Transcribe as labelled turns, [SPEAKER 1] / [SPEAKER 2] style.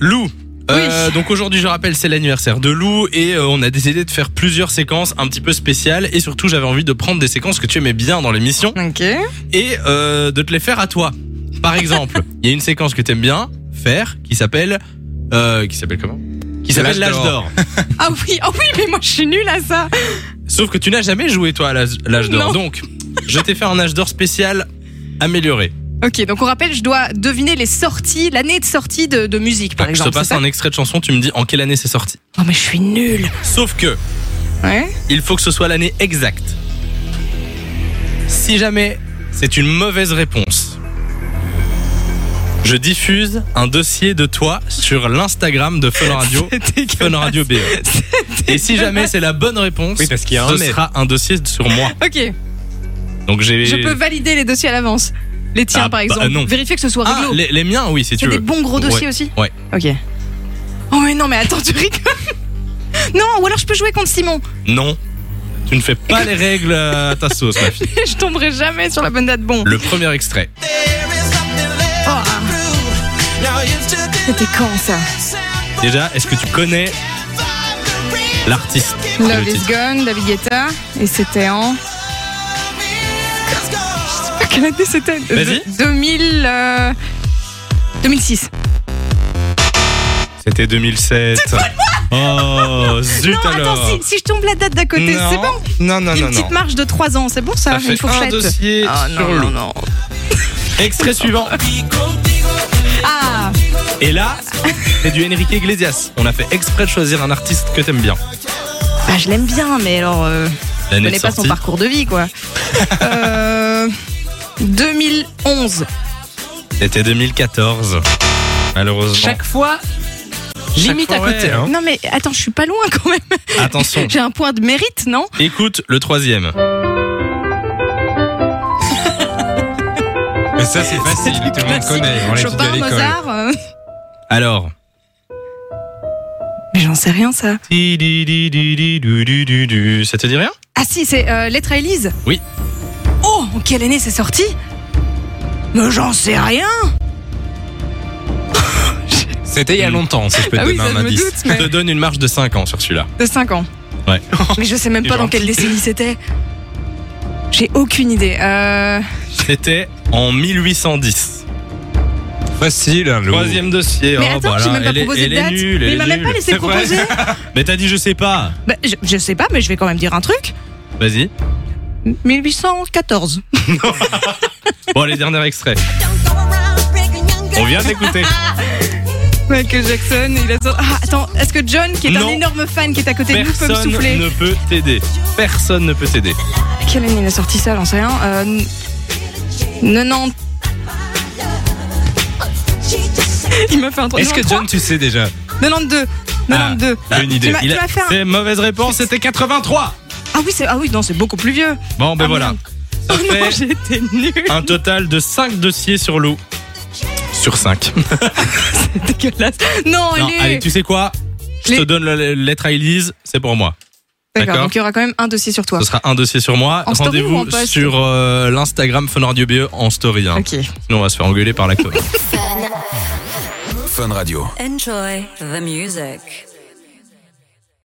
[SPEAKER 1] Lou. euh, donc aujourd'hui, je rappelle, c'est l'anniversaire de Lou et euh, on a décidé de faire plusieurs séquences un petit peu spéciales et surtout j'avais envie de prendre des séquences que tu aimais bien dans l'émission
[SPEAKER 2] Ok.
[SPEAKER 1] et euh, de te les faire à toi. Par exemple, il y a une séquence que t'aimes bien faire qui s'appelle euh, qui s'appelle comment Qui s'appelle
[SPEAKER 3] L'âge
[SPEAKER 1] l'âge d'or.
[SPEAKER 2] Ah oui, ah oui, mais moi je suis nulle à ça.
[SPEAKER 1] Sauf que tu n'as jamais joué toi à l'âge l'âge d'or.
[SPEAKER 2] Non.
[SPEAKER 1] Donc, je t'ai fait un âge d'or spécial amélioré.
[SPEAKER 2] Ok, donc on rappelle, je dois deviner les sorties, l'année de sortie de, de musique par
[SPEAKER 1] Donc, je
[SPEAKER 2] exemple.
[SPEAKER 1] te passe
[SPEAKER 2] c'est ça
[SPEAKER 1] un extrait de chanson, tu me dis en quelle année c'est sorti.
[SPEAKER 2] Oh mais je suis nulle.
[SPEAKER 1] Sauf que
[SPEAKER 2] Ouais.
[SPEAKER 1] il faut que ce soit l'année exacte. Si jamais c'est une mauvaise réponse, je diffuse un dossier de toi sur l'Instagram de Fun Radio, Fun Radio BE. Et si jamais c'est la bonne réponse,
[SPEAKER 3] Oui, parce qu'il y a un
[SPEAKER 1] ce
[SPEAKER 3] mais.
[SPEAKER 1] sera un dossier sur moi.
[SPEAKER 2] Ok,
[SPEAKER 1] Donc j'ai
[SPEAKER 2] je peux valider les dossiers à l'avance. Les tiens
[SPEAKER 1] Ah,
[SPEAKER 2] par
[SPEAKER 1] bah,
[SPEAKER 2] exemple.
[SPEAKER 1] non.
[SPEAKER 2] Vérifier que ce soit
[SPEAKER 1] ah,
[SPEAKER 2] rigolo.
[SPEAKER 1] les, les miens, oui, si
[SPEAKER 2] Il
[SPEAKER 1] tu
[SPEAKER 2] y a des
[SPEAKER 1] veux.
[SPEAKER 2] bons gros dossiers aussi
[SPEAKER 1] ouais.
[SPEAKER 2] Ok. Oh mais non, mais attends, tu rigoles. Non, ou alors je peux jouer contre Simon.
[SPEAKER 1] Non, tu ne fais pas les règles à ta sauce, ma fille.
[SPEAKER 2] je tomberai jamais sur la bonne date. Bon.
[SPEAKER 1] Le premier extrait.
[SPEAKER 2] Oh, ah, c'était quand ça
[SPEAKER 1] Déjà, est-ce que tu connais l'artiste C'est Ah, le
[SPEAKER 2] Love is
[SPEAKER 1] titre.
[SPEAKER 2] Gone, David Guetta, et c'était en. Quelle année c'était
[SPEAKER 1] Vas-y.
[SPEAKER 2] De- 2000. euh, 2006.
[SPEAKER 1] C'était 2007. Oh, zut
[SPEAKER 2] non,
[SPEAKER 1] alors.
[SPEAKER 2] attends, si, si je tombe la date d'à côté,
[SPEAKER 1] Non,
[SPEAKER 2] c'est bon
[SPEAKER 1] Non, non,
[SPEAKER 2] Une
[SPEAKER 1] non,
[SPEAKER 2] petite
[SPEAKER 1] non.
[SPEAKER 2] marge de 3 ans, c'est bon ça,
[SPEAKER 1] Ça fait
[SPEAKER 2] Une
[SPEAKER 1] un
[SPEAKER 2] fourchette
[SPEAKER 1] dossier
[SPEAKER 2] Ah, non,
[SPEAKER 1] sur
[SPEAKER 2] non,
[SPEAKER 1] l'eau.
[SPEAKER 2] non.
[SPEAKER 1] Extrait suivant.
[SPEAKER 2] Ah
[SPEAKER 1] Et là, c'est du Enrique Iglesias. On a fait exprès de choisir un artiste que t'aimes bien.
[SPEAKER 2] bah, Je l'aime bien, mais alors. Euh, je
[SPEAKER 1] L'année de
[SPEAKER 2] connais pas son
[SPEAKER 1] sortie.
[SPEAKER 2] parcours de vie, quoi. euh, 2011.
[SPEAKER 1] C'était 2014. Malheureusement.
[SPEAKER 3] Chaque fois, limite
[SPEAKER 1] fois,
[SPEAKER 3] à côté.
[SPEAKER 1] ouais.
[SPEAKER 3] hein.
[SPEAKER 2] Non, mais attends, je suis pas loin quand même.
[SPEAKER 1] Attention.
[SPEAKER 2] J'ai un point de mérite, non
[SPEAKER 1] Écoute le troisième.
[SPEAKER 3] Mais ça, c'est
[SPEAKER 1] Bah,
[SPEAKER 3] facile, tout le monde
[SPEAKER 2] Classique.
[SPEAKER 3] connaît. On l'a dit à
[SPEAKER 2] Chopin,
[SPEAKER 3] l'école.
[SPEAKER 2] Mozart. euh.
[SPEAKER 1] Alors.
[SPEAKER 2] Mais j'en sais rien, ça.
[SPEAKER 1] Di-di-di-di-di-du-du-du-du. Ça te dit rien
[SPEAKER 2] Ah si, c'est euh, Lettre à Élise
[SPEAKER 1] Oui.
[SPEAKER 2] Oh, en quelle année c'est sorti Mais j'en sais rien
[SPEAKER 3] C'était il y a longtemps, si je peux te
[SPEAKER 2] Ah oui,
[SPEAKER 3] donner un
[SPEAKER 2] ça, je me
[SPEAKER 3] indice.
[SPEAKER 2] doute,
[SPEAKER 1] Je
[SPEAKER 2] mais...
[SPEAKER 1] te donne une marge de 5 ans sur celui-là.
[SPEAKER 2] De 5 ans.
[SPEAKER 1] Ouais.
[SPEAKER 2] Mais je sais même
[SPEAKER 3] T'es
[SPEAKER 2] pas dans
[SPEAKER 3] gentil.
[SPEAKER 2] quelle décennie c'était. J'ai aucune idée. Euh...
[SPEAKER 1] C'était en 1810.
[SPEAKER 3] Facile, hein, Lou.
[SPEAKER 1] Troisième dossier.
[SPEAKER 2] Mais
[SPEAKER 1] oh,
[SPEAKER 2] attends,
[SPEAKER 1] voilà.
[SPEAKER 2] j'ai même pas
[SPEAKER 1] elle est-
[SPEAKER 2] proposé
[SPEAKER 1] elle
[SPEAKER 2] de
[SPEAKER 1] est
[SPEAKER 2] date.
[SPEAKER 1] nulle,
[SPEAKER 2] mais
[SPEAKER 1] elle
[SPEAKER 2] il m'a
[SPEAKER 1] est
[SPEAKER 2] même pas
[SPEAKER 1] nulle.
[SPEAKER 2] laissé
[SPEAKER 3] C'est vrai.
[SPEAKER 2] proposer.
[SPEAKER 1] Mais t'as dit je sais pas.
[SPEAKER 2] Bah, je, je sais pas, mais je vais quand même dire un truc.
[SPEAKER 1] Vas-y.
[SPEAKER 2] 1814.
[SPEAKER 1] Bon, les derniers extraits.
[SPEAKER 4] On vient
[SPEAKER 1] d'écouter.
[SPEAKER 2] Michael Jackson, il a sorti- Ah, attends, est-ce que John, qui est
[SPEAKER 1] Non.
[SPEAKER 2] un énorme fan, qui est à côté de nous, peut me
[SPEAKER 1] Personne
[SPEAKER 2] souffler
[SPEAKER 1] ne peut t'aider. Personne ne peut t'aider.
[SPEAKER 2] Quelle année il a sorti ça J'en sais rien. Euh... 90. Il m'a fait un truc.
[SPEAKER 3] Est-ce que
[SPEAKER 2] 93?
[SPEAKER 3] John, tu sais déjà
[SPEAKER 2] 92. 92.
[SPEAKER 1] Ah,
[SPEAKER 3] Une idée.
[SPEAKER 2] m'as- tu
[SPEAKER 1] Il a-
[SPEAKER 2] m'as fait un-
[SPEAKER 1] C'est mauvaise réponse, c'était 83.
[SPEAKER 2] Ah oui, c'est ah oui, non, c'est beaucoup plus vieux.
[SPEAKER 1] Bon, ben
[SPEAKER 2] Ah,
[SPEAKER 1] voilà.
[SPEAKER 2] merde.
[SPEAKER 1] Ça
[SPEAKER 2] Oh non,
[SPEAKER 1] fait
[SPEAKER 2] j'étais nulle.
[SPEAKER 1] un total de 5 dossiers sur l'eau. Sur 5.
[SPEAKER 2] Dégueulasse. Non,
[SPEAKER 1] Non,
[SPEAKER 2] elle est.
[SPEAKER 1] allez, tu sais quoi Je
[SPEAKER 2] Les-
[SPEAKER 1] te donne la la lettre à Elise, c'est pour moi. d'accord.
[SPEAKER 2] D'accord. Donc il y aura quand même un dossier sur toi.
[SPEAKER 1] Ce sera un dossier sur moi.
[SPEAKER 2] En story ou en
[SPEAKER 1] Rendez-vous
[SPEAKER 2] post
[SPEAKER 1] sur euh, l'Instagram Fun Radio BE en story. hein.
[SPEAKER 2] Ok.
[SPEAKER 1] Sinon, on va se faire engueuler par la
[SPEAKER 5] Enjoy the music.